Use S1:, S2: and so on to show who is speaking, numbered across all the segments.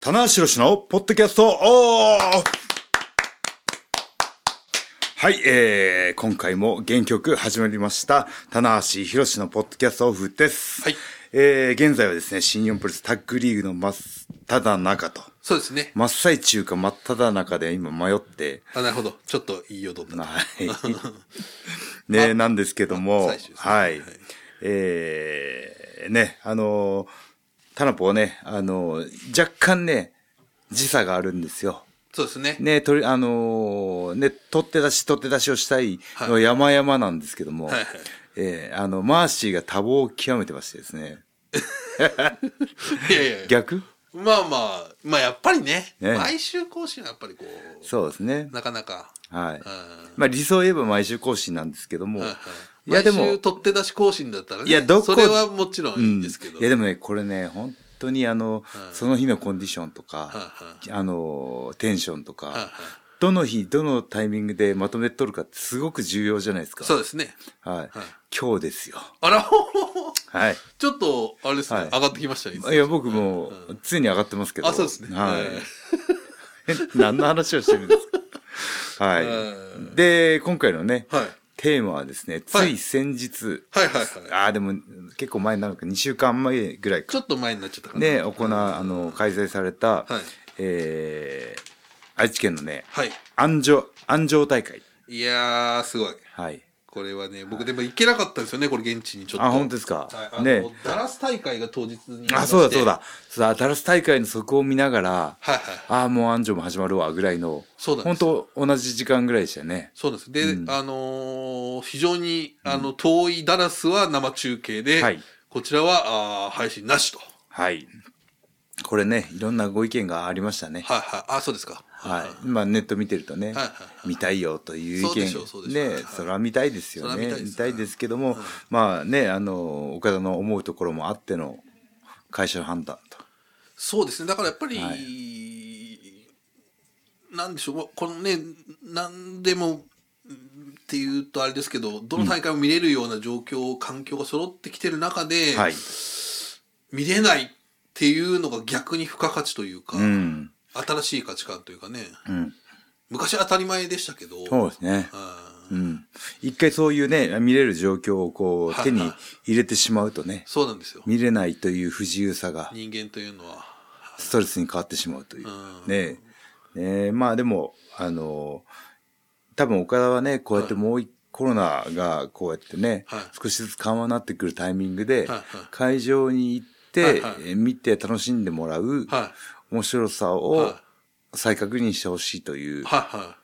S1: 棚橋宏のポッドキャストオフはい、えー、今回も原曲始まりました、棚橋宏のポッドキャストオフです。
S2: はい
S1: えー、現在はですね、新日本プロレスタッグリーグの真っ只中と、
S2: そうですね。
S1: 真っ最中か真っ只中で今迷って、
S2: あなるほど。ちょっといいよ、どんな。
S1: はい。 ね、なんですけども、
S2: 最終ですね
S1: はい
S2: はい。
S1: えー、ね、あのー、タナポはね、あのー、若干ね、時差があるんですよ。
S2: そうですね。
S1: ね、とり、あのー、ね、取って出し、取って出しをしたいの
S2: は
S1: はい山々なんですけども、
S2: はいはい
S1: えーあの、マーシーが多忙を極めてましてですね、
S2: いやいやいや。
S1: 逆
S2: まあまあ、まあやっぱりね。
S1: ね
S2: 毎週更新はやっぱりこう、
S1: そうですね。
S2: なかなか。
S1: はい
S2: うん。
S1: まあ理想を言えば毎週更新なんですけども、
S2: はいはい
S1: いやでも
S2: 毎週取って出し更新だったらね。
S1: いやどこ
S2: それはもちろん
S1: う
S2: いい
S1: ん
S2: んですけど。
S1: いやでもね、これね、本当にあの、その日のコンディションと
S2: は
S1: か、
S2: いはい
S1: あの、テンションとか、
S2: はいはい
S1: どの日、どのタイミングでまとめとるかってすごく重要じゃないですか。
S2: そうですね。
S1: はい。今日ですよ。
S2: あら、
S1: はい。
S2: ちょっと、あれですね、
S1: はい
S2: 上がってきましたね。
S1: いや、僕もう、常に上がってますけど。
S2: あそうですね
S1: はい
S2: え。
S1: え何の話をしてるんです かはい。
S2: え
S1: で、今回のね、
S2: はい。
S1: テーマはですね、つ
S2: はい
S1: い先日、
S2: はいはいはい。
S1: ああ、でも結構前になるのか、2週間前ぐらいか
S2: ちょっと前になっちゃったかな。
S1: ね、行う、あの、開催された、
S2: はい
S1: えー愛知県のね、
S2: はい。
S1: 安城、安城大会。
S2: いやー、すごい。
S1: はい。
S2: これはね、僕でも行けなかったんですよね、これ現地にちょっと。
S1: あ、本当ですか
S2: はい、あ。の
S1: ね。
S2: ダラス大会が当日にりま
S1: あ、
S2: して
S1: そうだそうだ。そうだ、ダラス大会のそこを見ながら、
S2: はいはい
S1: ああ、もう安城も始まるわ、ぐらいの、
S2: そうなんで
S1: 本
S2: す
S1: 当同じ時間ぐらいでしたよね。
S2: そうなんですで、あのー非常にあの遠いダラスは生中継で、
S1: はい
S2: こちらはあー配信なしと
S1: はい。これね、いろんなご意見がありましたね。
S2: はいはいあそうですか
S1: はい。まあ、ネット見てるとね
S2: はいはい、
S1: 見たいよという
S2: そう
S1: 意
S2: でしょうそうで
S1: 見。
S2: しょう
S1: ね
S2: はい、
S1: それは見たいですよ
S2: それ
S1: ね
S2: は見たい。です
S1: 見たいですけども、まあね、あの、岡田の思うところもあっての会社の判断と。
S2: そうですねだからやっぱり、
S1: は
S2: なんでしょうこのね何でもうんっていうとあれですけどどの大会も見れるような状況、環境が揃ってきてる中で、
S1: はい。
S2: 見れないっていうのが逆に付加価値というか、
S1: うん。
S2: 新しい価値観というかね
S1: うん。
S2: 昔当たり前でしたけど
S1: そうですね。
S2: うん
S1: うん。一回そういうね、見れる状況をこう、
S2: はい
S1: 手
S2: はい
S1: に入れてしまうとね、
S2: そうなんですよ
S1: 見れないという不自由さが
S2: 人間というのは
S1: ストレスに変わってしまうという
S2: う。ん
S1: ねえ。ねえまあでも、あの、多分岡田はね、こうやってもうい、コロナがこうやってね、
S2: はい
S1: 少しずつ緩和になってくるタイミングで、
S2: はいはい
S1: 会場に行っ
S2: はい
S1: て、
S2: はい
S1: えー見て楽しんでもらう、
S2: は
S1: 面白さ
S2: い
S1: を
S2: は
S1: 再確認してほしいとい
S2: いうはいは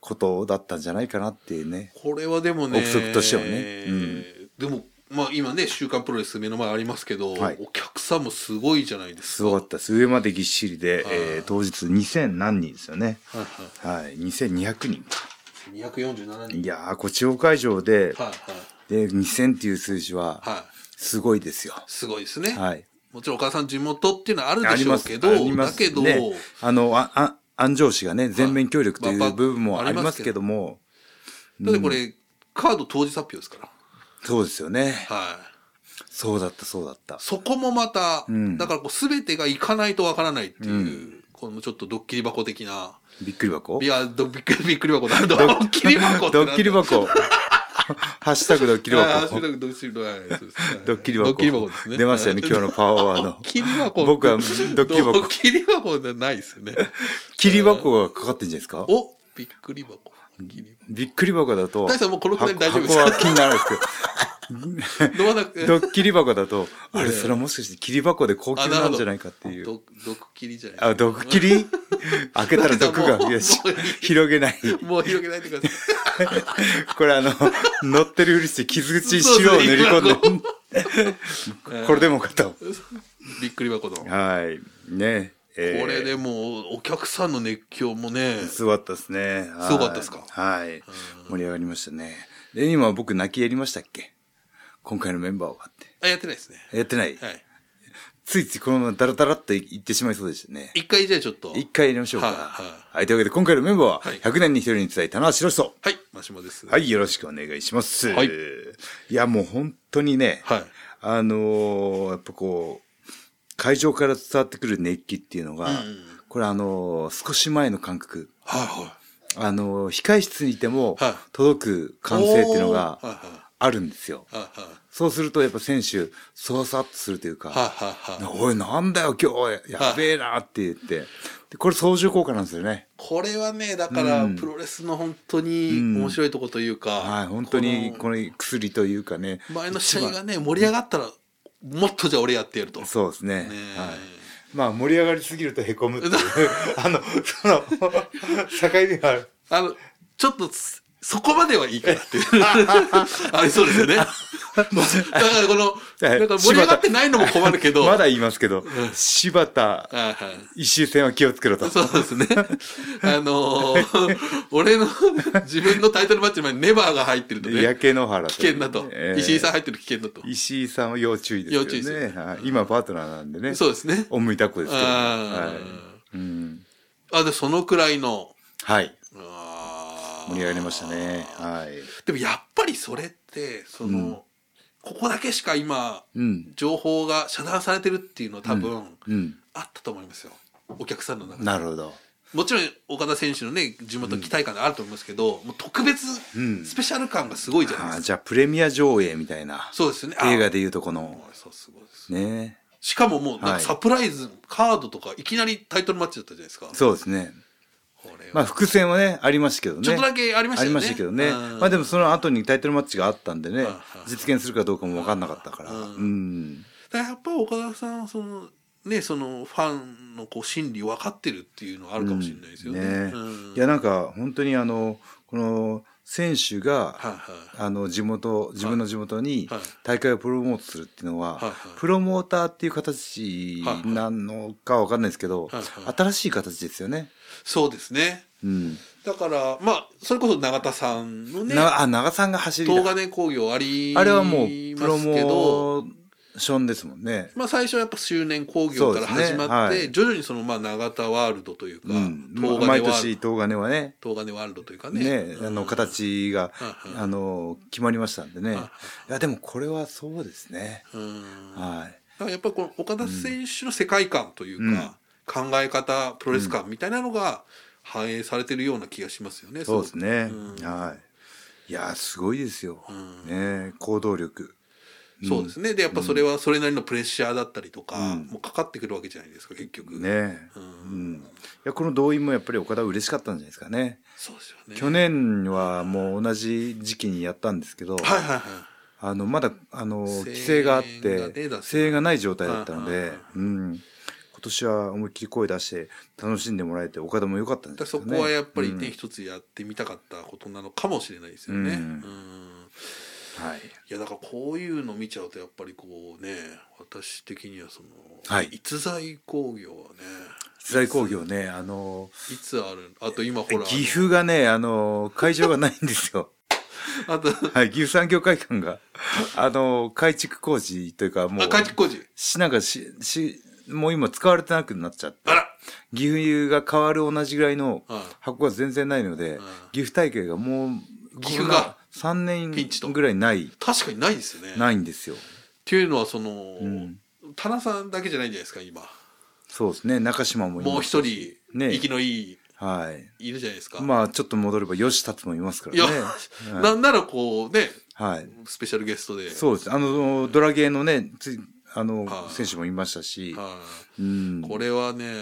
S1: ことだったんじゃないかなっていうね
S2: い。これはでもね
S1: 憶測としてはねうん
S2: でもまあ今ね「週刊プロレス」目の前ありますけど、
S1: はい
S2: お客さんもすごいじゃないです
S1: すごかったです。上までぎっしりで、えー当日2000何人ですよね。
S2: か、はいは
S1: はい、2200人か。
S2: い、247人
S1: いやー、こう地方会場で、
S2: はいはい
S1: で、2000っていう数字は、
S2: はい
S1: すごいですよ。
S2: すごいですね、
S1: はい。
S2: もちろんお母さん地元っていうのはある
S1: あ
S2: で
S1: り
S2: しょ
S1: ま
S2: う
S1: す
S2: けど
S1: ありま
S2: だ
S1: す
S2: けど、
S1: ね、あの、あ、あ、安城市がね、全面協力とい
S2: まあ
S1: う
S2: ば
S1: 部分もあ
S2: あ
S1: り
S2: り
S1: ま
S2: ますす
S1: け
S2: け
S1: ど
S2: ど
S1: も、
S2: だってこれカード当日発表ですから
S1: そうですよね。
S2: はい
S1: そうだった、そうだった。
S2: そこもまた、
S1: ん
S2: だからこう全てがいかないとわからないっていう、このちょっとドッキリ箱的な。
S1: びっくり箱
S2: いや、どびっくり びっくり箱だ。ドッキリ箱って
S1: ド
S2: なんだ
S1: ッキリ。箱。ハッシュタグドッキリ
S2: あーハッシ
S1: 箱
S2: ュ。タグドッキリ箱はいそうですはい
S1: ドッキリ箱。
S2: ドッキリ箱ですね。
S1: 出ましたよね、今日のパワーワード
S2: ドッ。キリ箱。
S1: 僕はドッキリ箱
S2: ドッキリ箱じゃないですよね。
S1: 切り箱がかかってんじゃないですか
S2: おびっくり箱。ドッキリ
S1: びっくり箱だと、
S2: 大さんもうこのくらい大丈夫です
S1: 箱は気にならないですけど。
S2: 箱飲まなくて。
S1: ドッキリ箱だと、あれ、それはもしかして、切り箱で高級なんじゃないかってい
S2: ド
S1: う。
S2: ッドッキリじゃない
S1: あ、毒切 り開けたら毒が、
S2: もう
S1: いやし
S2: もういい
S1: 広げない。
S2: もう広げないでください。
S1: これあの、乗ってるふりして傷口に白を塗り込んで、 これでもかと。
S2: びっくり箱の。こ
S1: はい。ね。えー
S2: れでもう、お客さんの熱狂もね。
S1: すごかったですね。はい
S2: すごかったですか
S1: はい。盛り上がりましたね。で、今僕泣きやりましたっけ今回のメンバーはっ
S2: あ、やってないですね。
S1: て。やってない。
S2: はい。
S1: ついついこのままダラダラっといってしまいそうでしたね。
S2: 一回じゃあちょっと。
S1: 一回やりましょうか。
S2: はい
S1: はい
S2: はい
S1: というわけで今回のメンバーは、
S2: はい
S1: 100年に一人に伝え、棚橋宏人。
S2: はい、マシモです。
S1: はい、よろしくお願いします。
S2: はい
S1: い。や、もう本当にね、
S2: はい
S1: あのーやっぱこう、会場から伝わってくる熱気っていうのが、
S2: うん
S1: これあのー少し前の感覚、
S2: はいは
S1: あのー控室にいても
S2: はい
S1: 届く
S2: い
S1: 歓声っていうのが
S2: おーはいは
S1: あるんですよ。
S2: いはいはい
S1: そうするとやっぱ選手、そわそわっとするというか、
S2: はいはいはい
S1: おい、なんだよ、今日、やべえなって言って。で、これ相乗効果なんですよね。
S2: これはねだから、
S1: うん
S2: プロレスの本当に面白いとこというか、
S1: はい、本当に、
S2: こ
S1: この薬というかね。
S2: の前の試合
S1: 一
S2: がね盛り上がったらもっとじゃあ俺やってやると
S1: 番そうですね。
S2: ねえ
S1: はい。まあ、盛り上がりすぎると凹むっていう。 あの、その、境目がある。
S2: あのちょっとつそこまではいいかなっていう ありそうで すよねだからこのなんか盛り上がってないのも困るけど
S1: まだ言いますけど、柴田、
S2: はいはい
S1: 一周戦は気をつけろと。
S2: そうです ね。あのー俺の自分のタイトルマッチの前にネバーが入ってるとね、
S1: 焼け野原
S2: 危険だと。
S1: ええ
S2: 石井さん入ってる危険だと。
S1: 石井さんは要注意ですよね。
S2: 要注意ですよ
S1: はい今、パートナーなんでね。
S2: そうですね。
S1: おむいたっこですけど。
S2: あ
S1: は
S2: ー
S1: い。うん。
S2: あ、で、そのくらいの。
S1: はい。
S2: あー
S1: 盛り上がりましたね。はい。
S2: でもやっぱりそれって、その、
S1: うん
S2: ここだけしか今、
S1: うん。
S2: 情報が遮断されてるっていうのは多分、
S1: うん。
S2: あったと思いますよ。お客さんの中で。
S1: なるほど。
S2: もちろん岡田選手のね、地元期待感があると思いますけど、もう特別、
S1: ん
S2: スペシャル感がすごいじゃないで
S1: あ
S2: す
S1: ー
S2: か。
S1: じゃあ、プレミア上映みたいな。
S2: そうですね。あー
S1: 映画でいうとこの。
S2: そうすごいです
S1: ね。
S2: しかももうなんかサプライズ、カードとかいきなりタイトルマッチだったじゃないですか
S1: そうですね。
S2: これは
S1: まあ、伏線はね、ありましたけどね。
S2: ちょっとだけありましたよね
S1: ありましたけどね。
S2: うん
S1: まあ、でもその後にタイトルマッチがあったんでね
S2: うん、
S1: 実現するかどうかも分かんなかったから。
S2: うん
S1: うん。
S2: だからやっぱ岡田さんはそのねそのファンのこう心理分かってるっていうのはあるかもしれないですよね,、
S1: ね
S2: うん
S1: いや、なんか、本当にあの、この、選手
S2: はい
S1: が、
S2: はい
S1: あの、地元、自分の地元に
S2: はい
S1: 大会をプロモートするっていうのは
S2: はいはい、
S1: プロモーターっていう形なのか分かんないですけど
S2: はいは、
S1: 新しい形ですよね。
S2: そうですね
S1: うん。
S2: だからまあそれこそ永田さんのね
S1: なあ、長さんが走りだ
S2: 東金工業ありま
S1: あ
S2: すけ
S1: れ
S2: ど
S1: はもうプロモーションですもんね。
S2: まあ、最初はやっぱ周年工業から
S1: そうですね
S2: 始まって、
S1: はい
S2: 徐々にそのまあ永田ワールドというか、
S1: うん、
S2: 東金ワー
S1: 毎
S2: ルド
S1: 年
S2: 東
S1: 東金はね、
S2: 金ワールドというかね
S1: ね、
S2: うん
S1: あの形が、
S2: はいはい
S1: あの決まりましたんでね。
S2: はいはい
S1: いやでもこれはそうですね。
S2: うん
S1: はい。
S2: だからやっぱりこの岡田選手の世界観というか、考え方プロレス観みたいなのが反映されてるような気がしますよね。
S1: そうですね。
S2: うん
S1: はい。いやすごいですよ。
S2: ん
S1: ね行動力。
S2: そうですねでやっぱそれはそれなりのプレッシャーだったりとか、
S1: うん
S2: もうかかってくるわけじゃないですか結局。
S1: ね。
S2: う、
S1: うんん。いやこの動員もやっぱり岡田は嬉しかったんじゃないですかね。
S2: そうですよ
S1: 去
S2: ね。
S1: 年はもう同じ時期にやったんですけど、
S2: はいはいはい。
S1: あのまだあの
S2: 声援
S1: 規制があっ
S2: が
S1: て
S2: ね出せない
S1: 規制がない状態だったの
S2: はいは
S1: で
S2: いはい、
S1: うん、今年は思いっきり声出して楽しんでもらえて岡田も良かったんで
S2: だから
S1: す
S2: そ
S1: よね。
S2: こはやっぱりね、一つやってみたかったことなのかもしれないですよね。
S1: うん
S2: うん
S1: はい、
S2: いやだからこういうの見ちゃうとやっぱりこうね私的にはその、
S1: はい
S2: 逸材工業はね
S1: 逸材工業ねあの
S2: いつあるあと今ほら
S1: 岐阜がねあの会場がないんです よ。
S2: あと
S1: はい、岐阜産業会館があの改築工事というかもう
S2: あ改築工事
S1: しなんかししもう今使われてなくなっちゃって
S2: あら
S1: 岐阜が変わる同じぐらいの
S2: はい
S1: 箱が全然ないので、岐阜大会がもう
S2: 岐阜が
S1: 3年
S2: ピンチと
S1: ぐらいない
S2: 確かにないですよねっ
S1: ないんですよ。
S2: ていうのはその、
S1: ん
S2: 田中さんだけじゃないんじゃないですか今
S1: そうですね。中島もいます
S2: もう一人、
S1: ね
S2: 息のいい
S1: はい。
S2: いるじゃないですか、
S1: まあちょっと戻れば吉達もいますか
S2: いや、
S1: らね。は
S2: なんならこう
S1: い。
S2: ね
S1: はい。
S2: スペシャルゲストで
S1: そうです。あのドラゲーのね、ついあの
S2: はい
S1: 選手もいましたし、
S2: はい
S1: うん。
S2: これはね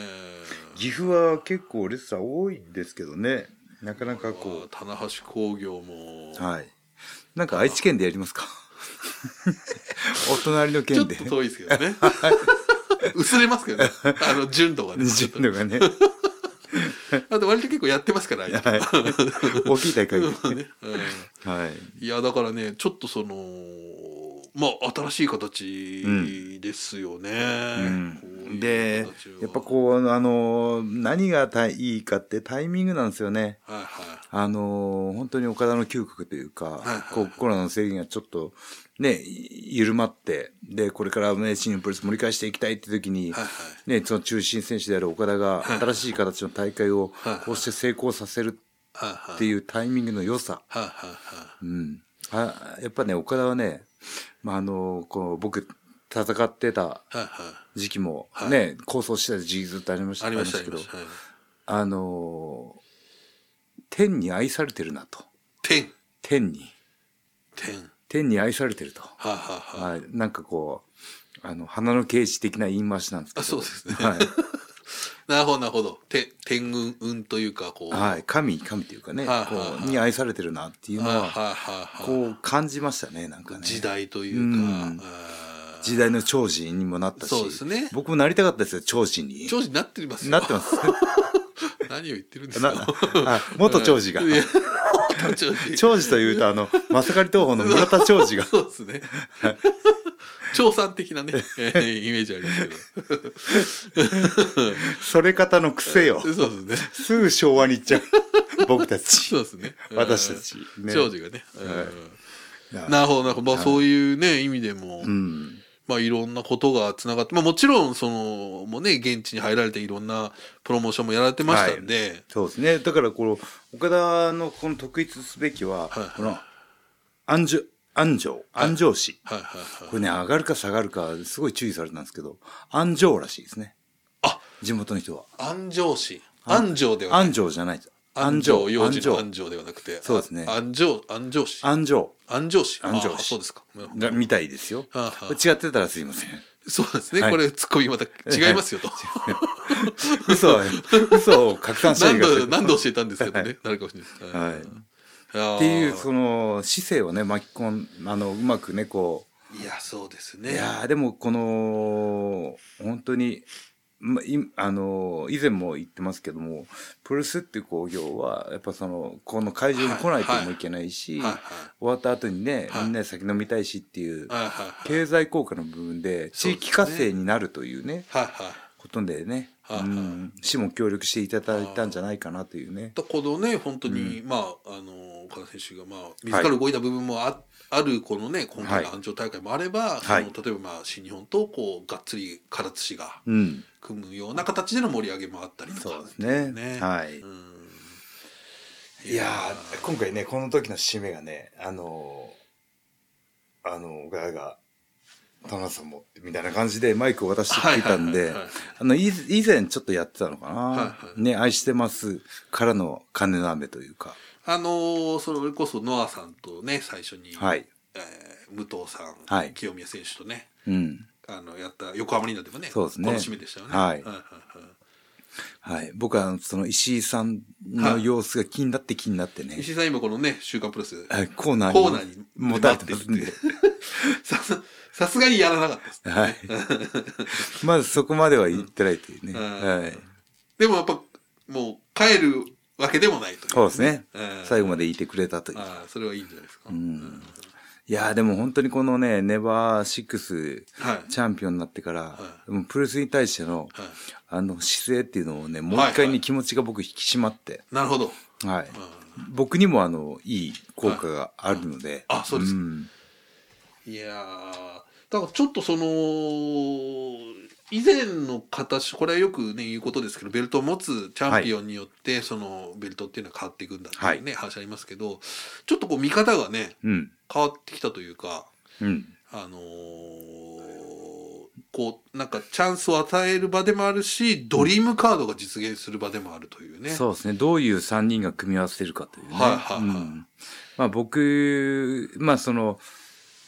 S1: 岐阜は結構レッサー多いんですけどね。なかなかこ
S2: 棚橋工業も、
S1: う、はい。なんか愛知県でやります か。お隣の
S2: ちょっ
S1: 県
S2: と
S1: で。
S2: 遠いですけどね薄れますけどねあの純度 がね
S1: 自分のがね、
S2: あと割と結構やってますから、あいつ
S1: はい大きい大会で。
S2: ねうん
S1: はい。
S2: いやだからねちょっとそのまあ新しい形ですよね、こういう
S1: で
S2: 形は
S1: やっぱこうあの何がたいいかってタイミングなんですよね。
S2: はいは
S1: あの本当に岡田の嗅覚というか
S2: いはい、
S1: こうコロナの制限がちょっとね、い緩まって、で、これからね、新日本プロレス盛り返していきたいって時に
S2: いはいは、
S1: ね、その中心選手である岡田が新しい形の大会を
S2: はいはい
S1: こうして成功させる
S2: いはいはい
S1: っていうタイミングの良さ。
S2: はいはいはい
S1: うん。あやっぱね、岡田はね、まあ、あの、こう、僕、戦ってた
S2: はいは
S1: 時期も
S2: はい
S1: ね、構想してた時期ずっとありまし
S2: い。
S1: た
S2: ありました、あ
S1: あり
S2: り
S1: ま
S2: ま
S1: し
S2: したた。はい
S1: あのー天に愛されてるなと。
S2: 天、
S1: 天に。
S2: 天。は
S1: 天に愛されてると。
S2: あ、はあはあ、
S1: はい、なんかこう、あの、花の刑事的な言い回しなんですけ
S2: あ
S1: ど。
S2: そうですね。
S1: はい。
S2: なるほど、なるほど。て天運、運というか、こう。
S1: はい、神神というかね、
S2: はいはいはい
S1: こうに愛されてるなっていうの
S2: はいはい
S1: は
S2: はいはい
S1: こう感じましたねなんかね
S2: 時代という
S1: う
S2: か、
S1: ん
S2: あー
S1: 時代の長寿にもなったし
S2: そうですね
S1: 僕もなりたかったですよ長寿に
S2: 長寿になってますよ
S1: なってます
S2: 何を言ってるんです
S1: な
S2: か
S1: あ元長寿が
S2: いや元長寿
S1: 長寿というとあのまさかり東宝の村田長寿が
S2: そうですね長さん的なねえーイメージあります
S1: それ方の癖よ
S2: けどそうですね
S1: すぐ昭和に行っちゃう僕たち
S2: そうですね
S1: 私たち
S2: うん
S1: ね
S2: 長寿がね、うん
S1: はいいや
S2: なるほどなるほど、まあ、そういうね意味でも、
S1: うん
S2: まあ、いろんなことがつながって、まあ、もちろんそのもうね現地に入られていろんなプロモーションもやられてましたんで、
S1: そうですねだからこの岡田のこの特筆すべきは、
S2: はいはい
S1: この安城安城安城市、
S2: はいはいはい
S1: これね、上がるか下がるか、すごい注意されたんですけど、安城らしいですね。
S2: あ
S1: 地元の人は。
S2: 安城市安城ではない
S1: 安城じゃない。
S2: 安城幼
S1: 安
S2: 児の
S1: 城。
S2: 安城ではなくて
S1: そうですね
S2: あ安城安城市
S1: 安城。
S2: 安城市
S1: 安城市
S2: あそうですかなるほど
S1: がみたいですよ。
S2: はあは
S1: 違ってたらすいません。
S2: そうですね、
S1: はい
S2: これツッコミまた違 いますよと
S1: 嘘を、嘘を拡散しない
S2: 何
S1: でくださ
S2: 度
S1: い。
S2: 何度教えたんですけどね、
S1: はい
S2: なるかもしれないです、
S1: はい
S2: やー
S1: っていう、その、姿勢をね、巻き込ん、あの、うまくね、こ
S2: いやそうです
S1: う。
S2: ね
S1: いやーでも、この、本当に、ま、いあの以前も言ってますけどもプロレスっていう興行はやっぱそのこの会場に来ないともいけないし、
S2: はいはい
S1: 終わった後にね、
S2: はい
S1: みんなで酒飲みたいしっていう、
S2: はいはい
S1: 経済効果の部分で地
S2: そうですね
S1: 域活性になるというね
S2: はいはい
S1: ことでね、
S2: はいはい
S1: うん、市も協力していただいたんじゃないかなというね。
S2: だこのね本当に、まああの岡田選手がまあ自ら動いた部分もあ,、あるこのね今回の安城大会もあれば、
S1: はい
S2: その例えばまあ新日本とこうがっつり唐津市が
S1: うん、
S2: 組むような形での盛り上げもあったりとか
S1: そうですね
S2: ね
S1: はい、
S2: うん
S1: いやー今回ねこの時の締めがねあのー、あのガが「田中さんも」みたいな感じでマイクを渡してきてたん
S2: はい
S1: で
S2: はいはいはい
S1: あのい以前ちょっとやってたのかな「
S2: はいはい
S1: ね愛してます」からの鐘の雨というか
S2: あのーそれこそノアさんとね最初に、
S1: はい
S2: えー武藤さん、
S1: はい
S2: 清宮選手とね
S1: うん
S2: あのやった横浜アリーナでもね
S1: そうですね
S2: 楽しみでしたよね。
S1: はい
S2: はい
S1: はい、僕はあのその石井さんの様子が気になって気になってね、
S2: 石井さん今このね「週刊プロレス」
S1: はいコーナーに
S2: コーナーに
S1: 持たれて ますんで、
S2: さすさすがにやらなかったです。
S1: はい、まずそこまでは言ってないというね、
S2: うん
S1: はい、
S2: でもやっぱもう帰るわけでもないという、
S1: そうですね、
S2: うん
S1: 最後までいてくれたという。
S2: ああそれはいいんじゃないですか。
S1: うんいやーでも本当にこのね、ネバーシックス
S2: はい
S1: チャンピオンになってから、
S2: い
S1: もうプロレスに対しての、
S2: はい
S1: あの姿勢っていうのをね、もう一回
S2: はいは
S1: に
S2: い
S1: 気持ちが僕引き締まって、
S2: なるほど。
S1: はい。
S2: う
S1: 僕にもあの、いい効果があるので。
S2: あそうですか
S1: ん
S2: んいやーだからちょっとその以前の形これはよくね言うことですけどベルトを持つチャンピオンによって、そのベルトっていうのは変わっていくんだっていうね、話ありますけどちょっとこう見方がね
S1: うん。
S2: 変わってきたというか
S1: うん。
S2: あのーこうなんかチャンスを与える場でもあるしドリームカードが実現する場でもあるというね。
S1: そうですね。どういう3人が組み合わせてるかというね。
S2: はいはいはい
S1: うんまあ僕、まあその、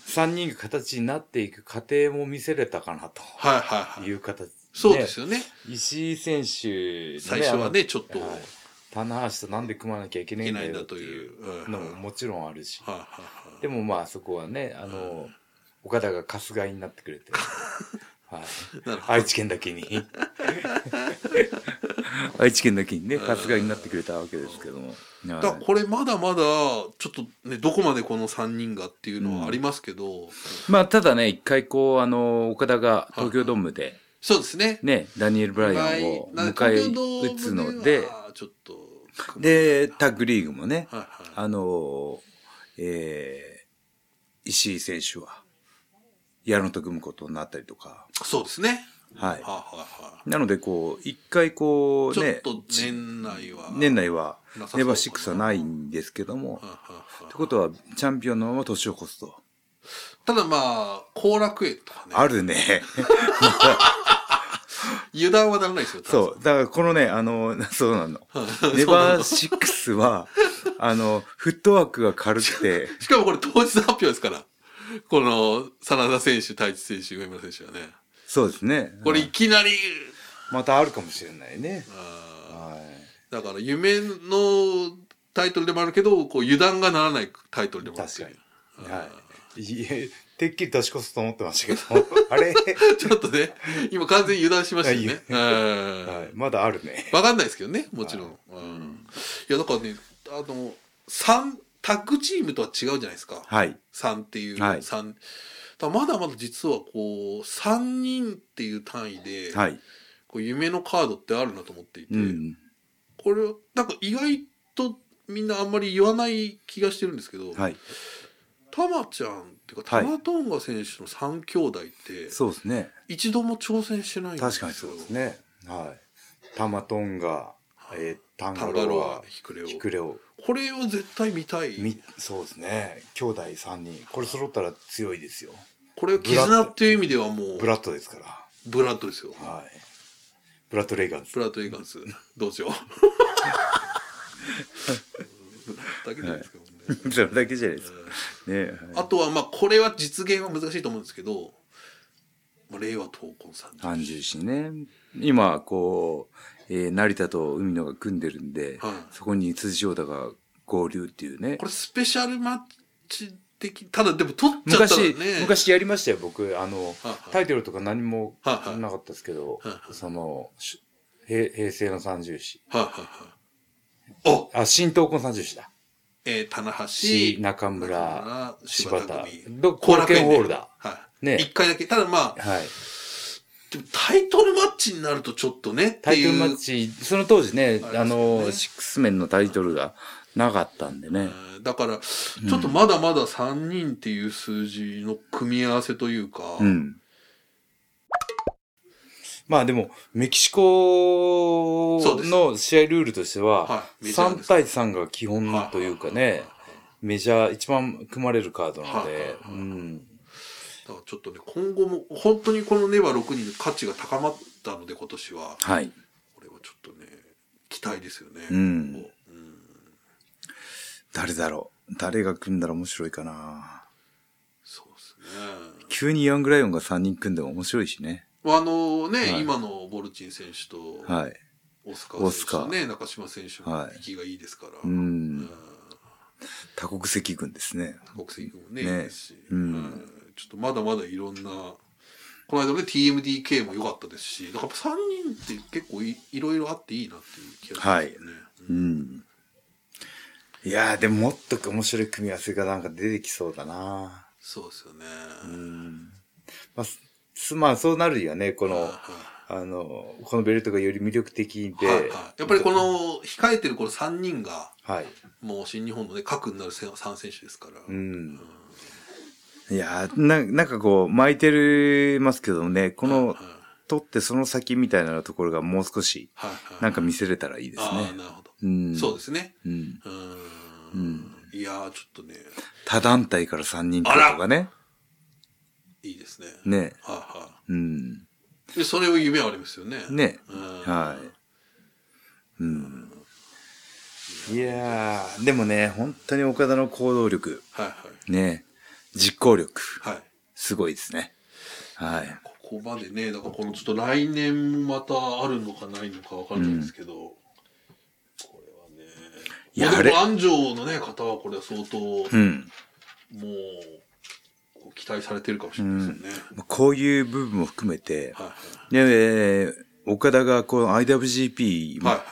S1: 3人が形になっていく過程も見せれたかな
S2: はいはい
S1: と
S2: はいい。
S1: う形、
S2: そうで
S1: ね。
S2: すよね。
S1: 石井選手、
S2: 最初はね、ちょっ
S1: あ
S2: と。
S1: の、
S2: はい
S1: はい棚橋となんで組まなきゃいけないんだよってい
S2: いけないんだという
S1: うのももちろんあるし。
S2: はいは
S1: でもまあそこはね、あの、岡田が春日井になってく れて。はい
S2: い。なるほ
S1: 愛知県だけ に愛知県だけにね春日井になってくれたわけですけども、
S2: ど。だから
S1: はい
S2: これまだまだ、ちょっとね、どこまでこの3人がっていうのはありますけど、
S1: まあただね一回こうあの岡田が東京ドームで
S2: そうですね。
S1: ねダニエル・ブライアンを
S2: な
S1: 迎え撃つので、
S2: ちょっと、
S1: でタッグリーグもね
S2: はいはい。
S1: あのえー石井選手は矢野と組むことになったりとか
S2: そうですね。
S1: はい
S2: はいはいは
S1: なのでこう一回こ
S2: い。
S1: う
S2: ちょ
S1: ね
S2: っと年内は。
S1: 年内は
S2: なさそう
S1: ネバーシックスはないんですけども、
S2: はいはい
S1: っ
S2: は
S1: てことは、チャンピオンのまま年を越すと。
S2: いただまあ後楽園とかね
S1: ある ね。
S2: 油断はならないですよ
S1: そう。だからこのね、あの、 そうなの。 ネバーシックスは、あの、フットワークが軽く て、
S2: うしかもこれ当日発表ですからこの真田選手太一選手上村選手はね
S1: そうですね。
S2: これいきなり、
S1: またあるかもしれないね。
S2: あ
S1: は
S2: ーだから夢のタイトルでもあるけどこう油断がならないタイトルでもあるっていう
S1: 確い。いえ、てっきり出しこすと思ってま したけど、あれ、
S2: ちょっとね今完全に油断しましたよねうん
S1: はい、まだあるね。
S2: わかんないですけどね、もちろん。うん、いや、だからね、あの、三、タッグチームとは違うじゃないですか。
S1: はい。
S2: 三っていう、
S1: はい
S2: 三。だからまだまだ実はこう、三人っていう単位で、
S1: はい。
S2: こう夢のカードってあるなと思っていて、
S1: うん。
S2: これ、なんか意外とみんなあんまり言わない気がしてるんですけど、
S1: はい。
S2: タマちゃんっていうか、
S1: は
S2: タ
S1: い
S2: マトンガ選手の三兄弟って、
S1: そうですね。
S2: 一度も挑戦してないんですよ
S1: 確かにそうです。ね。はい。タマトンガ、えー、タンガ
S2: タンガ
S1: ロ
S2: ロア
S1: ア、、
S2: ヒクレオ。
S1: ヒクレオ。
S2: これは絶対見たい。
S1: みそうですね。兄弟3人。これ揃ったら強いですよ。
S2: これは絆っていう意味ではもう
S1: ブラッドですか
S2: ブラッドですよ
S1: ら。はい。ブラッドレイガンズ。
S2: ブラッド・エイガンスどうしようだけじゃないですか、もうね
S1: それだけじゃないですか。ね
S2: あとはまあこれは実現は難しいと思うんですけど、まあ、令和闘魂さん、
S1: 三十四ね。今、こう、えー成田と海野が組んでるんで、
S2: はい
S1: そこに辻翔太が合流っていうね
S2: こ。れスペシャルマッチ的ただでも取っちゃったらね
S1: 昔、昔やりましたよ、僕。あの、
S2: はいはい
S1: タイトルとか何もな
S2: はいはい
S1: かったですけど、
S2: はいはい
S1: その、し平平成の三重士。
S2: はいはいはいお
S1: あ、新東根三重士だ。
S2: えー、棚
S1: し
S2: 橋
S1: 中村、
S2: 村
S1: 柴田
S2: 組
S1: ど後楽園ホールだ
S2: はい、
S1: ね
S2: 一回だけただまあ
S1: はい。
S2: でもタイトルマッチになるとちょっとねって
S1: タイト
S2: い
S1: ル
S2: う
S1: マッチ、その当時ね、
S2: あれですよね
S1: あの、シックスメンのタイトルがなかったんでね。
S2: えーだから、ちょっとまだまだ3人っていう数字の組み合わせというか、
S1: うん。まあでも、メキシコ
S2: そうです
S1: の試合ルールとしては、
S2: はいメジャーで
S1: 3
S2: す
S1: 対3が基本というか
S2: はいはい
S1: ね、メジャー一番組まれるカードなの
S2: はいはい
S1: で
S2: は、い
S1: うん。
S2: だからちょっとね、今後も、本当にこのネバ6人の価値が高まったので、今年は、
S1: はい。
S2: これはちょっとね、期待ですよね。
S1: うん
S2: もう
S1: 誰だろう誰が組んだら面白いかな
S2: そうですね。
S1: 急にヤングライオンが3人組んでも面白いしね。
S2: まああのね、
S1: はい
S2: 今のボルチン選手と、
S1: はい。
S2: オスカー選手と
S1: オ
S2: ね、中島選手も
S1: はい
S2: 息がいいですから、
S1: う
S2: うん
S1: ん。多国籍軍ですね。
S2: 国籍も
S1: ね
S2: ね、いいですし、
S1: うん
S2: うんちょっとまだまだいろんな、この間もね、TMDK も良かったですし、だから3人って結構いいろいろあっていいなっていう気がしますよね。
S1: うん。いやー、でももっと面白い組み合わせがなんか出てきそうだな
S2: そうですよね。
S1: まあ、すまあ、そうなるよね、この、
S2: はい
S1: あの、このベルトがより魅力的で、
S2: はいはいやっぱりこの控えてるこの3人が、
S1: はい。
S2: もう新日本のね、核になる3選手ですから。
S1: うん。いやーな、なんかこう、巻いてるますけどもね、この
S2: はい、
S1: 取ってその先みたいなところがもう少し、
S2: はいはい
S1: なんか見せれたらいいです
S2: ああ、
S1: ね。
S2: なるほど。
S1: うん。
S2: そうですね。
S1: うん。
S2: うーん。いやー、ちょっとね、
S1: 他団体から3人と
S2: あら
S1: かね。
S2: いいですね。
S1: ね。
S2: はいは
S1: うん。
S2: い。で、それを夢はありますよね。
S1: ね。
S2: うん。
S1: はい。うん。いやー、でもね、本当に岡田の行動力、
S2: はいはい。
S1: ね、実行力、
S2: はい。
S1: すごいですね。はい。
S2: ここまでね、だからこのちょっと来年もまたあるのかないのかわからないんですけど、これはね。
S1: いや
S2: まあ
S1: あ
S2: で
S1: れ
S2: も安城のね、方はこれは相当、も
S1: うん。
S2: う、こう期待されてるかもしれないですよね。
S1: こういう部分も含めて、
S2: はい
S1: ねえー岡田がこの IWGP、
S2: はい。はい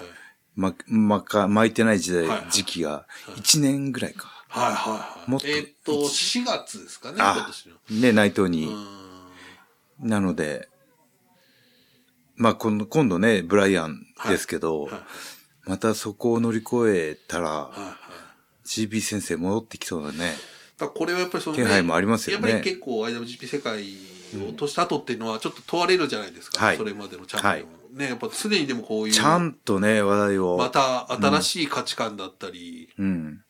S1: まままか巻いてない時代、
S2: はいはい
S1: 時期が1年ぐらいか。
S2: はい。はいはいはい。
S1: もっと
S2: えーっと、4月ですかね、今
S1: あ
S2: 年の。
S1: ね、内藤に。
S2: うーん
S1: なので、まあ、今度今度ね、ブライアンですけど、
S2: はいはい
S1: またそこを乗り越えたら、
S2: はいはい。
S1: GB 先生戻ってきそうだね。
S2: だからこれはやっぱりその、
S1: 気配もありますよね
S2: やっぱり結構 IWGP 世界を落とした後っていうのはちょっと問われるじゃないですか。
S1: はい
S2: それまでのチャンピオンを。ね、やっぱ常にでもこういう。
S1: ちゃんとね、話題を。
S2: また新しい価値観だったり、
S1: うん。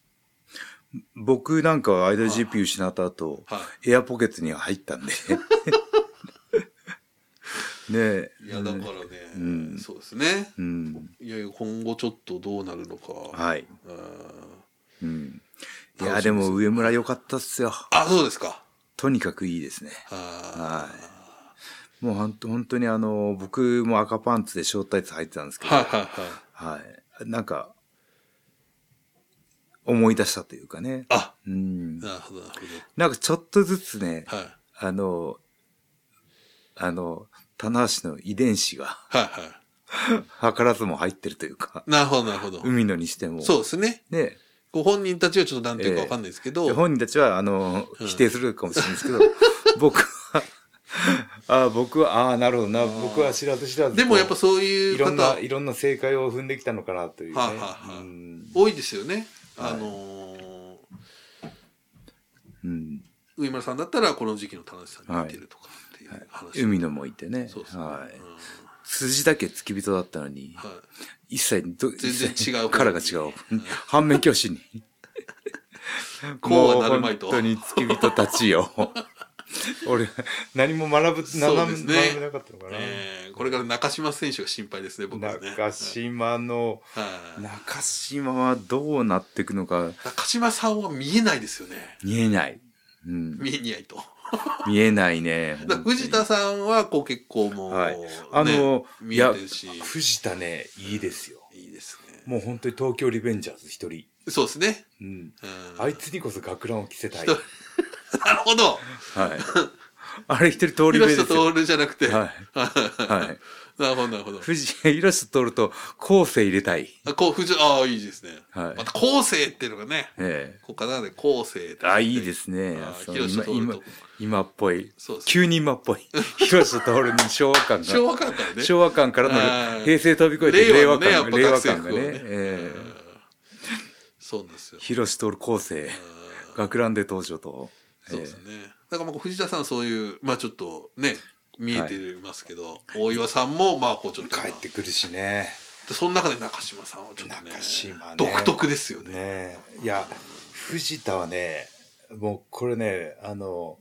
S1: 僕なんかは IWGP 失った後、
S2: は
S1: エアポケットには入った んで。ねえ。
S2: い、いやだからね、
S1: うん
S2: そうですね
S1: うん。
S2: いやいや今後ちょっとどうなるのか、
S1: はい。う
S2: うん
S1: ん。い
S2: 楽しみで
S1: や、
S2: す
S1: でも上村良かったっすよ。
S2: あそうですか
S1: とにかくいいですね。
S2: は
S1: もうほんと本当にあの、僕も赤パンツでショートタイツ履いてたんです
S2: い
S1: けど、
S2: はい
S1: は
S2: はいはい
S1: い。なんか、思い出したというかね。
S2: あ
S1: うん。
S2: なるほどなる
S1: なんかちょっとずつね、
S2: ほどはい
S1: あの、あの、棚橋の遺伝子が、
S2: はいは
S1: 図らずも入ってるというか、
S2: いなるほどなるほど
S1: 海野にしても。
S2: そうですね
S1: ね
S2: ご本人たちはちょっとなんていうかわかんないですけど、
S1: 本人たちは、あの、
S2: うん
S1: 否定するかもしれないですけ ど、僕は、ああ、僕は、ああ、なるほどな、僕は知らず知らず。
S2: でもやっぱ
S1: こ
S2: そう
S1: う
S2: い
S1: いうろんな、
S2: 方
S1: いろんな正解を踏んできたのかなというね。
S2: はいはいはい
S1: うん
S2: 多いですよね、
S1: はい
S2: あのー
S1: うん
S2: 上村さんだったらこの時期の田中さんに似てるとかっていう話、
S1: 海野もいてね
S2: そうです。ね、
S1: はい
S2: うん。
S1: 辻だけ付き人だったのに、
S2: はい
S1: 一切ど、
S2: 全然
S1: 一切
S2: 違う方に
S1: カラーが違う
S2: うん。
S1: 反面教師に。
S2: こうはなるまいと
S1: もう本当に付き人たち よ。俺、何も学ぶ、
S2: そうですね
S1: 学べなかったのかな。
S2: えーこれから中島選手が心配ですね僕はね
S1: 中島の、
S2: はい
S1: 中島はどうなっていくのか
S2: 中島さんは見えないですよね
S1: 見えない。 うん、
S2: 見えないと
S1: 見えないね。
S2: だから藤田さんはこう結構もう、
S1: はい
S2: ね
S1: あの、い
S2: 見え
S1: や
S2: てるし、
S1: 藤田ね、いいですよ。
S2: いいですね
S1: もう本当に東京リベンジャーズ一人。
S2: そうですね、
S1: うん。
S2: うん、
S1: あいつにこそ学ランを着せたい。
S2: 人
S1: はい。
S2: なるほど
S1: あれ一人通り目
S2: 広
S1: で
S2: 瀬
S1: すよ。
S2: 徹じゃなく て、
S1: はい。はい。
S2: なるほどなるほど
S1: 藤、広瀬通ると、後世入れたい。
S2: あこう藤ああいいですね、
S1: はい
S2: また後世っていうのがね
S1: え
S2: こうかなで後世って
S1: え。あ、いいですね
S2: あ。
S1: その
S2: 広瀬
S1: 今、
S2: 徹と
S1: 今、今っぽい。
S2: そうですね
S1: 急に今っぽい。広瀬通るに昭和感が。
S2: 昭和感からね
S1: 昭和感から
S2: あ
S1: の
S2: ー
S1: 平成飛び越えて
S2: 令
S1: 令
S2: 和
S1: 和
S2: のねやっ
S1: 感
S2: ぱ
S1: が、令和
S2: 学生
S1: 感が
S2: 服を
S1: ね
S2: ね、
S1: え
S2: う
S1: え
S2: んそうなんですよ
S1: 広瀬徹構成、
S2: うん
S1: 学ランで登場と、
S2: そうですね、だからまあ藤田さんはそういうまあちょっとね見えてますけど、大岩さんもまあこうちょっと、
S1: 帰ってくるしね。
S2: その中で中島さんはちょっとね
S1: 中島ね
S2: 独特ですよね
S1: ねえいや、藤田はね、もうこれね、あの、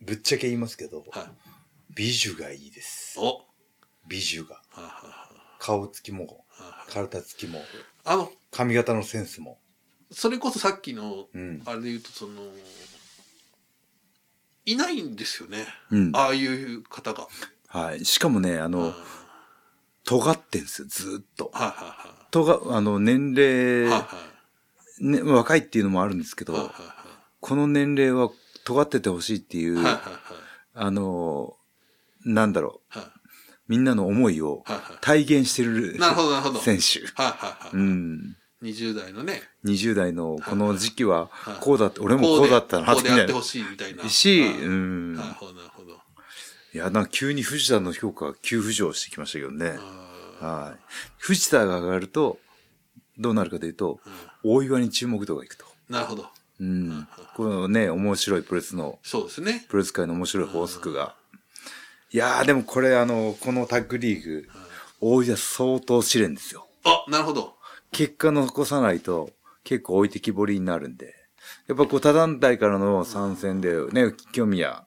S1: ぶっちゃけ言いますけど、
S2: はい
S1: 美女がいいです。
S2: おは
S1: 美女が。
S2: あはあ
S1: 顔つきも、
S2: は
S1: 体つきも、
S2: ああの
S1: 髪型のセンスも。
S2: それこそさっきの
S1: うん。
S2: あれで言うとそのいないんですよね、
S1: うん
S2: ああいう方が
S1: はい。しかもね、あ
S2: うん
S1: の
S2: はい、
S1: 尖ってんすよ、ずーっと。
S2: はい
S1: 尖、あの、年
S2: はいはい
S1: 齢、
S2: は
S1: ね、若いっていうのもあるんですけ
S2: い
S1: ど、
S2: はいはい
S1: この年齢は尖っててほしいっていう、
S2: はいはいはい
S1: あの、なんだろ、
S2: はいう
S1: みんなの思いを
S2: はいは
S1: 体現してる
S2: いなるほどなるほどはい
S1: 選手。
S2: はいは
S1: う
S2: い
S1: ん。
S2: 20代のね
S1: 20代のこの時期はい
S2: はい、
S1: こうだって、俺もこうだったな
S2: こ
S1: っ
S2: う
S1: てい
S2: で
S1: な
S2: やってほしいみたいな。
S1: し、
S2: はい
S1: うん
S2: な。るほど、なるほど。
S1: いや、なんか急に藤田の評価が急浮上してきましたけどね。
S2: あ
S1: はい。藤田が上がると、どうなるかというと、
S2: ー
S1: 大岩に注目度がいくと。
S2: うんなるほど。
S1: うん。このね、面白いプロレスの
S2: そうですね。
S1: プロレス界の面白い法則が。いやー、でもこれ、あの、このタッグリーグ、大井は相当試練ですよ。
S2: あ、なるほど。
S1: 結果残さないと、結構置いてきぼりになるんで。やっぱこう、他団体からの参戦で、ね、清宮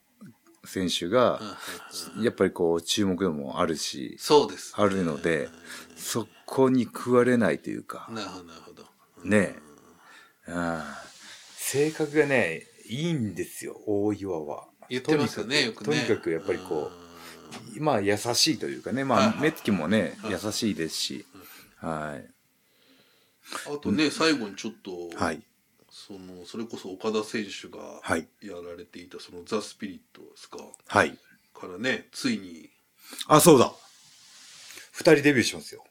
S1: 選手が
S2: うんうん、
S1: やっぱりこう、注目度もあるし、
S2: そうです。
S1: あるので、そこに食われないというか、
S2: なるほど、なるほど。
S1: ねえ。あー性格がね、いいんですよ、大岩は。
S2: 言ってますよ
S1: と
S2: ね、
S1: に
S2: よ
S1: か
S2: く
S1: く
S2: ね。
S1: とにかくやっぱりこう、
S2: う
S1: まあ優しいというかね、
S2: はい
S1: ま
S2: は
S1: あ
S2: い
S1: 目つきもね、
S2: はい
S1: 優しいですし、はい。
S2: ん。あとね、最後にちょっと、
S1: はい。
S2: その、それこそ岡田選手が
S1: はい。
S2: やられていた、そのザ・スピリットですか、
S1: はい。
S2: からね、ついに
S1: あ、そうだ二人デビューしますよ。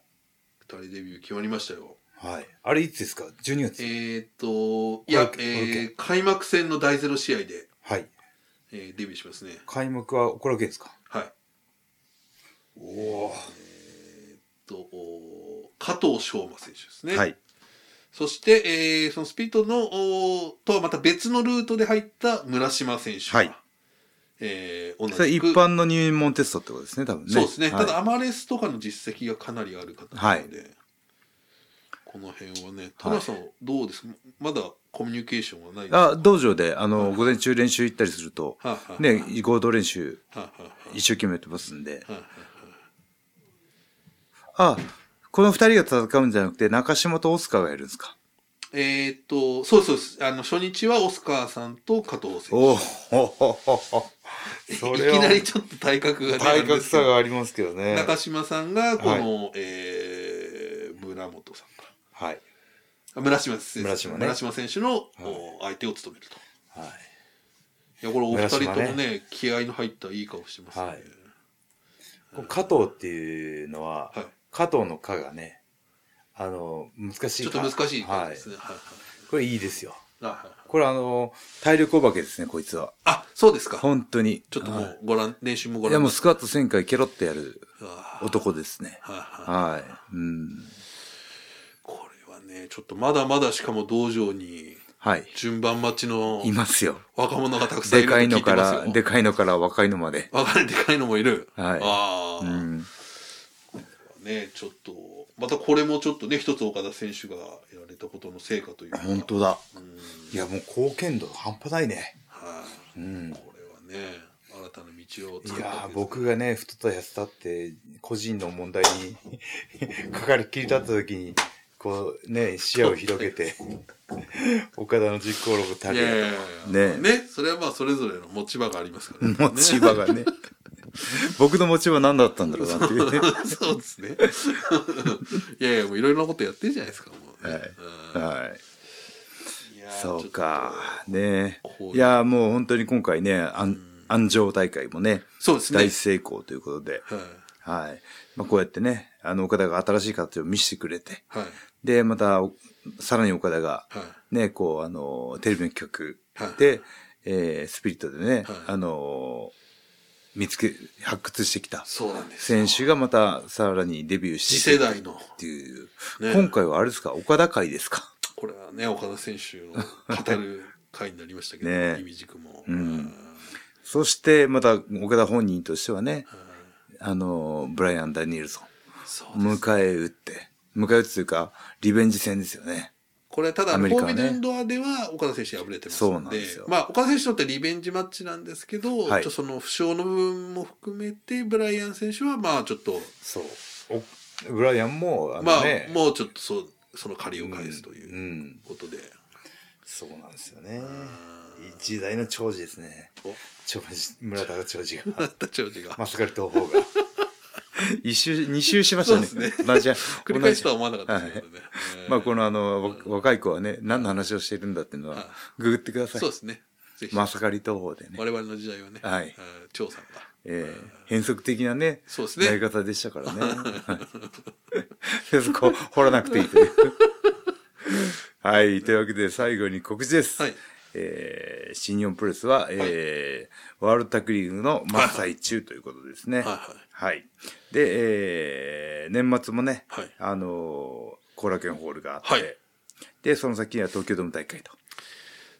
S2: 二人デビュー決まりましたよ。
S1: はい。あれいつですか ?12 月。
S2: えっ、と、いや、
S1: これこれ
S2: えー、開幕戦の第ゼロ試合で、
S1: はい。
S2: えーデビューしますね。
S1: 開幕はこれだけですか
S2: はい。
S1: おお、
S2: とおー加藤翔馬選手ですね、
S1: はい。
S2: そして、えーそのスピードのおーとはまた別のルートで入った村島選手が、
S1: はい
S2: えー同じく
S1: それ一般の入門テストってことですね、多分ね。
S2: そうですね、
S1: はい
S2: ただアマレスとかの実績がかなりある方なので、
S1: はい
S2: ここの辺はね田村さんどうですかまだコミュニケーションはないですか
S1: あ道場であの、
S2: はい
S1: 午前中練習行ったりすると、
S2: はいはい
S1: ね、合同練習
S2: はいはい
S1: 一生懸命やってますんで、
S2: はいはい
S1: あこの二人が戦うんじゃなくて中島とオスカーがやるんですか
S2: えーっとそうそうですあの初日はオスカーさんと加藤選
S1: おおそ
S2: 手いきなりちょっと体格がねあ
S1: 体
S2: れで
S1: 格
S2: すけ
S1: 差
S2: ど
S1: がありますけどね
S2: 中島さんがこの、えー村本さんか
S1: はい、
S2: あ村島選手
S1: 村島ね
S2: 村島選手の、お相手を務めると
S1: はい、
S2: いやこれお二人とも
S3: 村
S2: ね
S3: 島
S2: 気合いの入ったいい顔してますね、
S3: はい加藤っていうのは、
S2: はい
S3: 加藤の「か」がねあの難しい
S2: ちょっ
S3: か
S2: と難しい感じです
S3: は
S2: ね、はいはい
S3: い、これいいですよ
S2: あはいはい
S1: これあの体力お化けですねこいつは
S2: あそうですか
S1: 本当に
S2: ちょっとも
S1: は
S2: うご覧練習もご
S1: いいや
S2: 覧
S1: もうスクワット1000回ケロってやる
S2: うわー
S1: 男ですね
S2: はいは
S1: は
S2: い
S1: いうん
S2: これはねちょっとまだまだしかも道場に
S1: はい
S2: 順番待ちの
S1: いますよ
S2: 若者がたくさんい
S1: で
S2: ると
S1: かい
S2: 聞
S1: の
S2: いて
S1: か
S2: ますよ
S1: らでかいのから若いのまで
S2: 若いでかいのもいる、
S1: はい
S2: あ
S1: う
S2: あ、
S1: ん
S2: ねちょっとまたこれもちょっとね一つ岡田選手がやられたことの成果というか
S3: 本当だ
S2: うん
S3: いやもう貢献度半端ないね
S2: は
S3: う
S2: い、
S3: ん
S2: これはね新たな道を
S3: い
S2: 作った
S3: やー
S2: わけです
S3: 僕がね太った痩せたって個人の問題にかかりっきり立った時にこうね視野を広げ て岡田の実行力た
S2: い
S3: る
S2: やいや
S3: や
S2: いや
S1: ね
S2: いやねそれはまあそれぞれの持ち場がありますからね
S1: 持ち場がね僕の持ち場何だったんだろうなって いうね
S2: そうですねいやいやもういろいろなことやってるじゃないですかもうね、
S1: はい
S2: うん
S1: はい
S2: いやー
S1: そうかね
S2: こういう
S1: いやもう本当に今回ねあん
S2: ん
S1: 安城大会もね
S2: ちょっとそう
S1: 大
S2: です
S1: 成功ということで、
S2: ね
S1: はいまあ、こうやってねあの岡田が新しい形を見せてくれて
S2: はいはい
S1: でまたおさらに岡田が
S2: はい
S1: ねこうあのテレビの企
S2: はい
S1: 画で、えースピリットでね、
S2: はい
S1: あの見つけ発掘してきた
S2: そうなんですよ
S1: 選手がまたさらにデビューして
S2: 次世代の
S1: っていう、
S2: ね
S1: 今回はあれですか岡田会ですか
S2: これはね岡田選手の語る回になりましたけ ど、
S1: ね
S2: 意味軸も、
S1: うん
S2: うん
S1: そしてまた岡田本人としてはねあのブライアン・ダニエルソン
S2: そうです
S1: 迎え撃って迎え撃つというかリベンジ戦ですよね
S2: これはただ
S1: アメ
S2: 神
S1: リ
S2: 戸
S1: カはね
S2: 電ドアでは岡田選手敗れてます
S1: そう
S2: の
S1: なん
S2: で
S1: ですよ
S2: まあ、岡田選手にとってリベンジマッチなんですけど、
S1: はい
S2: ちょっとその負傷の部分も含めてブライアン選手はまあちょっと
S3: そうおブライアンもあ
S2: ま
S3: の
S2: あ
S3: ね、
S2: もうちょっとそうその借りを返すといううんことで、
S3: そうなんですよね一代の長寿ですね
S2: お
S3: 長 寿村田の長寿
S2: な
S3: が
S2: った長寿が
S3: マスカル東方が
S1: 一周二周しましたね
S2: そうです
S1: 同じや
S2: 繰り返すとは思わなかったですけどね、えー
S1: まあこのあのわ若い子はね何の話をしてるんだっていうの
S2: はい
S1: はググってください
S2: そうですねぜひ、
S1: まさかり投法でね、
S2: 我々の時代はね、
S1: はい
S2: えー張さんが
S1: えー変則的なね
S2: そうですね
S1: やり方でしたから ねはい そこ掘らなくていいというはいというわけで最後に告知です、
S2: はい
S1: えー新日本プロレスは、えーワールドタッグリーグの真っ最中 ということですね。
S2: いはい
S1: で、えー年末もね、
S2: はい
S1: あのー、後楽園ホールがあって、
S2: はい
S1: で、その先には東京ドーム大会と。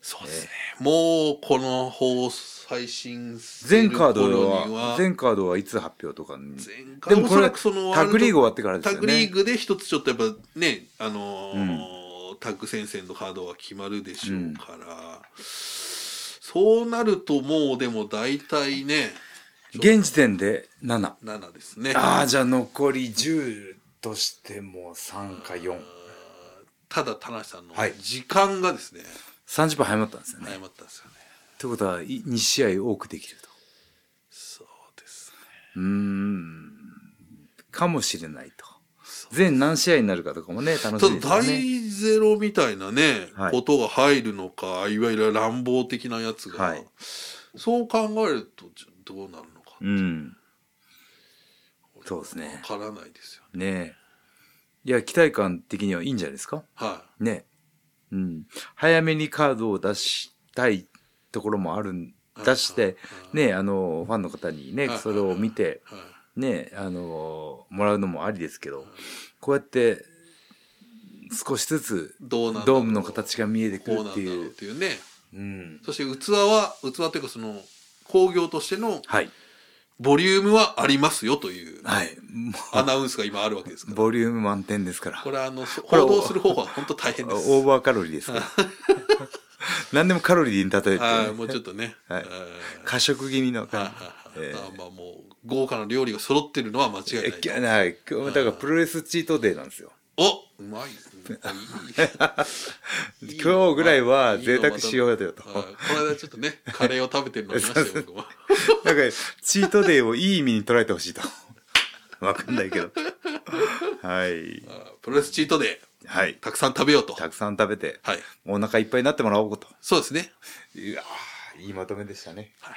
S2: そうですね、もうこの放送配信す
S1: 全
S2: る
S1: カード
S2: 頃に
S1: は、全カードはいつ発表とかに
S2: 全
S1: でも
S2: お
S1: こ
S2: そ
S1: れ、
S2: ら
S1: タ
S2: くその
S1: ッグリーグ終わってからです
S2: タ
S1: よ
S2: ッ
S1: ね。
S2: グリーグで一つちょっとやっぱねあのータッグ戦線のカードは決まるでしょうから、そうなるともうでも大体ね
S1: 現時点で7。
S2: 7ですね
S3: ああじゃあ残り10としても3か4
S2: ただ田無さんの
S3: はい
S2: 時間がですね、
S1: 30分早まったんですよね。
S2: 誤ったんですよね
S1: ということは、い2試合多くできると。
S2: そうですね
S1: うーん。かもしれないと。全何試合になるかとかもね、楽
S2: た
S1: し
S2: だ
S1: みですよ
S2: 大
S1: ね。
S2: ゼロみたいなね、
S1: はい
S2: ことが入るのかいわゆる乱暴的なやつが、
S1: はい
S2: そう考えるとちょどうなるのか
S1: うん。そうです
S2: わ
S1: ね。
S2: からないですよね
S1: ねえ。いや、期待感的にはいいんじゃないですか
S2: は
S1: ねえ。うん。早めにカードを出したいところもあるん、
S2: はい
S1: 出して、
S2: はい
S1: ねえ、あの、ファンの方にね
S2: はい、
S1: それを見て、
S2: い、はい
S1: ねえ、あの、もらうのもありですけど、こうやって、少しずつ、
S2: どうなんだろう
S1: ドームの形が見えてくる
S2: こうな
S1: っ
S2: ん
S1: て
S2: だろ
S1: いう
S2: っ
S1: う。
S2: ていうね
S3: うん
S2: そして器は器というかその工業としての
S1: はい。
S2: ボリュームはありますよという
S1: はい。も
S2: アナウンスが今あるわけですか
S1: う
S2: ら。
S1: ボリューム満点ですから。
S2: これあの、そ
S1: これ
S2: 報道する方法は本当大変です。
S1: オーバーカロリーですから。何でもカロリーに例えてね、
S2: はい、もうちょっとね。
S1: はい
S2: うん
S1: 過食気味の
S2: はい
S1: 感
S2: はい
S1: じ。
S2: はい
S1: え
S2: まあまあもう、豪華な料理が揃ってるのは間違い
S1: ー
S2: ない。
S1: えはい、今日だからプロレスチートデーなんですよ。
S2: おうまいですね。いい
S1: 今日ぐらいは贅沢しようよと
S2: はいこの間ちょっとね、カレーを食べてるの見ましたよ、 僕も。
S1: だから、チートデーをいい意味に捉えてほしいと。わかんないけど。はい。
S2: あプロレスチートで、
S1: はい。
S2: たくさん食べようと。は
S1: たくさん食べて、
S2: い。
S1: お腹いっぱいになってもらおうと。
S2: そうですね。
S1: いやーいいまとめでしたね。
S2: はい。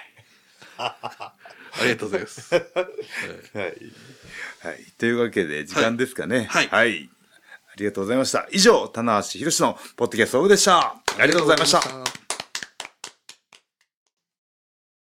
S2: ありがとうございま す。はい
S1: はい。はい。というわけで、時間ですかね。
S2: はい
S1: ありがとうございました。以上、棚橋宏のポッドキャストオブでした。ありがとうございました。
S2: ありがとうございました